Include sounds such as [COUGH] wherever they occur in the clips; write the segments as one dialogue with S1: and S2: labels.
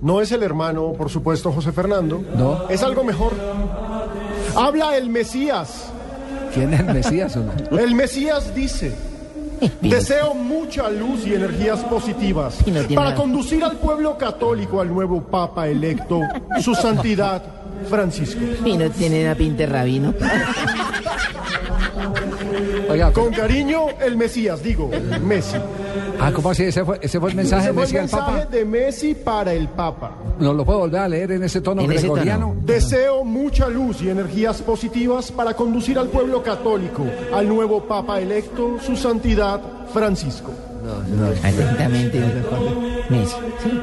S1: No es el hermano, por supuesto, José Fernando.
S2: No.
S1: Es algo mejor. Habla el Mesías.
S2: ¿Quién es el Mesías o no?
S1: El Mesías dice. Deseo mucha luz y energías positivas
S3: Y no tiene
S1: para
S3: nada.
S1: conducir al pueblo católico al nuevo Papa electo, su santidad Francisco.
S3: Y no tiene la pinta de rabino.
S2: Oiga,
S1: Con cariño, el Mesías, digo, Messi.
S2: ah, ¿cómo así? ¿Ese fue, ese fue el mensaje
S1: Ese fue
S2: del
S1: el
S2: Mesías del
S1: mensaje
S2: Papa?
S1: de Messi para el Papa.
S2: ¿No lo puedo volver a leer en ese tono
S3: En ese
S2: gregoriano?
S3: tono.
S1: Deseo mucha luz y energías positivas para conducir al pueblo católico, al nuevo Papa electo, su santidad Francisco.
S3: Atentamente. Messi. Sí.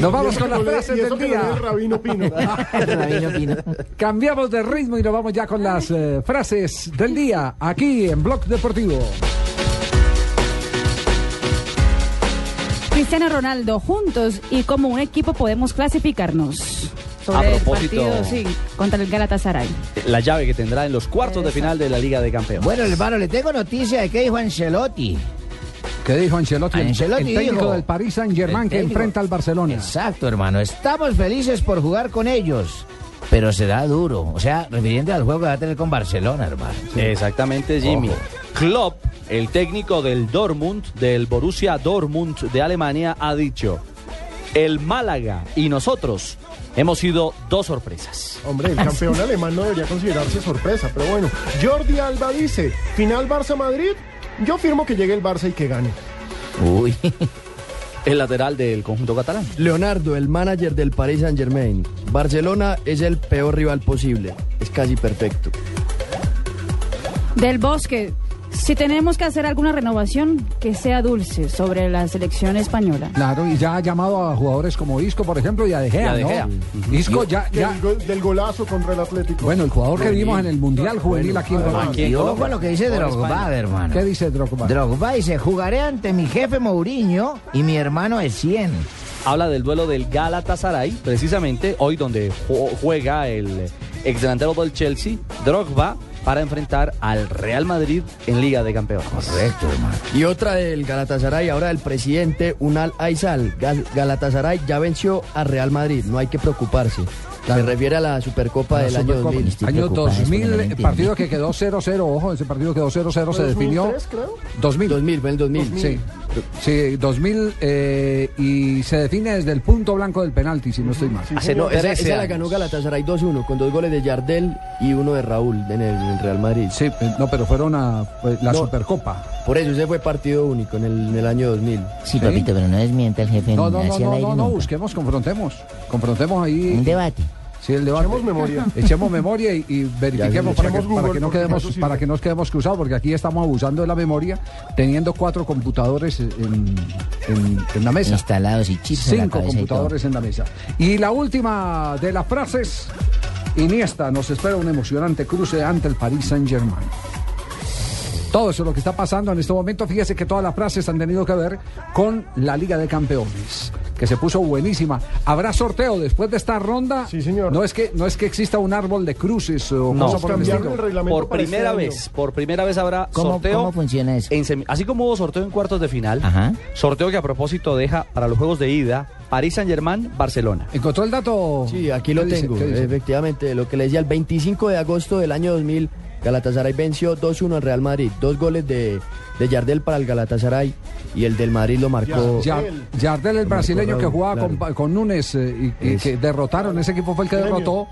S2: Nos vamos
S1: Y eso
S2: con las
S1: que lo lee-
S2: frases
S1: y eso
S2: del
S1: que lo lee
S2: día.
S1: el Rabino Pino.
S3: Rabino Pino.
S2: Cambiamos de ritmo y nos vamos ya con las eh, frases del día aquí en Blog Deportivo.
S4: Cristiano Ronaldo, juntos y como un equipo podemos clasificarnos. Sobre
S5: A propósito.
S4: el partido, sí, contra el Galatasaray.
S5: La llave que tendrá en los cuartos de final de la Liga de Campeones.
S6: Bueno, hermano, le tengo noticia de qué dijo Ancelotti.
S2: ¿Qué dijo Ancelotti? El-
S6: Ancelotti
S2: el técnico
S6: dijo.
S2: del Paris Saint Germain
S6: El
S2: que
S6: técnico.
S2: enfrenta al Barcelona.
S6: Exacto, hermano. Estamos felices por jugar con ellos, pero será duro. O sea, refiriendo al juego que va a tener con Barcelona, hermano.
S5: Exactamente, Jimmy.
S6: Ojo.
S5: Klopp, el técnico del Dortmund, del Borussia Dortmund de Alemania, ha dicho: el Málaga y nosotros hemos sido dos sorpresas.
S1: [LAUGHS] Hombre, el campeón alemán no debería considerarse sorpresa, pero bueno. Jordi Alba dice, final Barça-Madrid, yo firmo que llegue el Barça y que gane.
S6: Uy. [LAUGHS]
S5: El lateral del conjunto catalán.
S7: Leonardo, el manager del Paris Saint Germain. Barcelona es el peor rival posible. Es casi perfecto.
S4: Del Bosque, si tenemos que hacer alguna renovación, que sea dulce sobre la selección española.
S2: Claro, y ya ha llamado a jugadores como Isco, por ejemplo, y a De Gea,
S5: Y a De
S2: ¿no?
S5: Gea.
S2: Isco ya,
S1: Del,
S2: ya.
S1: gol- del golazo contra el Atlético.
S2: Bueno, el jugador que vimos en el Mundial Juvenil aquí en Colombia.
S5: ¿Quién
S6: Y ojo
S5: coloca?
S6: a lo que dice
S5: Por
S6: Drogba,
S5: España.
S6: hermano.
S2: ¿Qué dice Drogba?
S6: Drogba dice, jugaré ante mi jefe Mourinho y mi hermano de 100.
S5: Habla del duelo del Galatasaray, precisamente hoy donde ju- juega el ex delantero del Chelsea, Drogba, para enfrentar al Real Madrid en Liga de Campeones.
S6: Correcto, hermano.
S7: Y otra del Galatasaray, ahora del presidente Unal Aizal. Gal- Galatasaray ya venció a Real Madrid, no hay que preocuparse. Se refiere a la Supercopa del año 2000.
S6: Estoy
S2: Año
S6: preocupada, es porque no
S2: 2000,
S6: la
S2: eh,
S6: entiendo.
S2: partido que quedó 0-0, ojo, ese partido quedó 0-0 se definió
S1: 2003, creo.
S2: 2000.
S7: 2000, fue el 2000.
S2: Sí, sí, 2000 eh, y se define desde el punto blanco del penalti, si no estoy mal.
S5: Hace
S7: Ah, No, esa,
S5: 13
S7: esa la
S5: años.
S7: ganó Galatasaray 2-1 con dos goles de Yardel y uno de Raúl en el, en el Real Madrid.
S2: Sí, eh, no, pero fueron a pues, la
S7: No.
S2: Supercopa.
S7: Por eso ese fue partido único en el, en el año 2000.
S6: Sí, papito, pero no desmienta el jefe.
S2: No, no,
S6: ni
S2: no,
S6: así al
S2: no,
S6: aire
S2: no, no,
S6: nunca.
S2: busquemos, confrontemos. Confrontemos ahí.
S6: Un debate.
S2: Sí, el debate.
S1: Echemos memoria.
S2: Echemos memoria y, y verifiquemos
S1: Ya,
S2: para, que,
S1: echemos Google,
S2: para que no
S1: porque
S2: quedemos,
S1: eso sirve.
S2: para que nos quedemos cruzados, porque aquí estamos abusando de la memoria, teniendo cuatro computadores en, en- en la mesa.
S6: Instalados y chips en la
S2: Cinco
S6: cabeza y todo.
S2: computadores en la mesa. Y la última de las frases, Iniesta nos espera un emocionante cruce ante el Paris Saint Germain. Todo eso es lo que está pasando en este momento. Fíjese que todas las frases han tenido que ver con la Liga de Campeones, que se puso buenísima. ¿Habrá sorteo después de esta ronda?
S1: Sí, señor.
S2: No es que, no es que exista un árbol de cruces o
S5: No.
S2: cosa por el
S1: Cambiaron
S2: estilo.
S1: el reglamento
S5: Por
S1: para este
S5: primera
S1: año.
S5: vez, por primera vez habrá
S6: ¿Cómo-
S5: sorteo.
S6: cómo funciona eso?
S5: en semi- así como hubo sorteo en cuartos de final,
S6: Ajá.
S5: sorteo que a propósito deja para los juegos de ida París Saint Germain, Barcelona.
S2: ¿Encontró el dato?
S7: Sí, aquí
S2: ¿Qué
S7: lo
S2: dice?
S7: tengo. eh,
S2: ¿Qué dice?
S7: Efectivamente, lo que le decía, el 25 de agosto del año 2000, Galatasaray venció 2-1 al Real Madrid. Dos goles de, de Yardel para el Galatasaray y el del Madrid lo marcó.
S2: Ya- Yardel, el brasileño que jugaba con,
S7: Claro.
S2: con Nunes eh, y, y
S7: Es.
S2: que derrotaron, ese equipo fue el que
S1: Gremio.
S2: derrotó.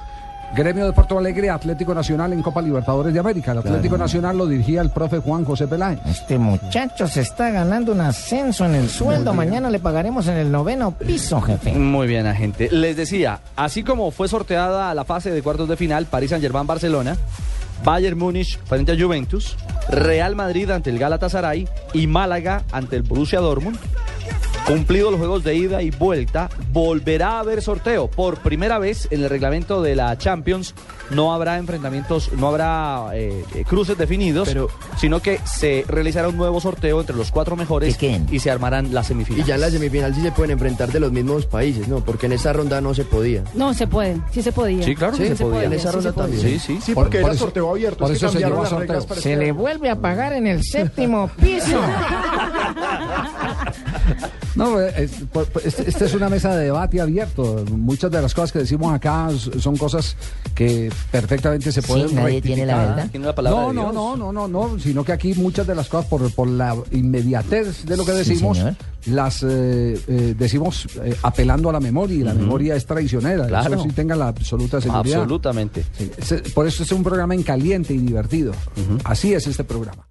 S2: Gremio de Porto Alegre, Atlético Nacional en Copa Libertadores de América. El Atlético Nacional lo dirigía el profe Juan José Peláez.
S6: Este muchacho se está ganando un ascenso en el sueldo. Mañana le pagaremos en el noveno piso, jefe.
S5: Muy bien, agente. Les decía, así como fue sorteada la fase de cuartos de final, París Saint Germain, Barcelona, Bayern Múnich frente a Juventus, Real Madrid ante el Galatasaray y Málaga ante el Borussia Dortmund. Cumplidos los juegos de ida y vuelta, volverá a haber sorteo. Por primera vez en el reglamento de la Champions no habrá enfrentamientos, no habrá eh, eh, cruces definidos,
S7: Pero-
S5: sino que se realizará un nuevo sorteo entre los cuatro mejores
S6: ¿Que queden?
S5: y se armarán las
S7: Y
S5: semifinales.
S7: ya en la semifinal sí se pueden enfrentar de los mismos países, ¿no? Porque en esa ronda no se podía.
S4: No, se puede, sí se podía.
S5: Sí, claro que
S4: Sí
S5: se podía.
S7: En
S4: sí
S7: esa
S4: se
S7: ronda
S4: podía.
S5: Sí,
S7: también.
S5: sí.
S1: Sí,
S2: Por-
S1: porque
S2: por
S1: era
S2: eso-
S1: sorteo abierto.
S2: por
S1: es que
S2: eso se
S1: cambiaron
S2: llevó
S1: las
S2: a
S1: reglas
S2: sorteo.
S1: para
S6: Se
S1: este
S6: le
S1: año.
S6: vuelve a pagar en el séptimo piso.
S2: No, eh, es- por- por- este- esta es una mesa de debate abierto. Muchas de las cosas que decimos acá s- son cosas que perfectamente se
S3: Sí,
S2: pueden
S3: nadie tiene la
S2: rectificar.
S3: verdad.
S5: Tiene la palabra
S2: no,
S5: de
S2: no,
S5: Dios.
S2: no, no, no, no, sino que aquí muchas de las cosas por, por la inmediatez de lo que
S3: Sí,
S2: decimos
S3: señor.
S2: las eh, eh, decimos eh, apelando a la memoria y la memoria es traicionera.
S5: Claro.
S2: Eso sí tenga la absoluta seguridad.
S5: Absolutamente.
S2: Sí, se- Por eso es un programa en caliente y divertido. Así es este programa.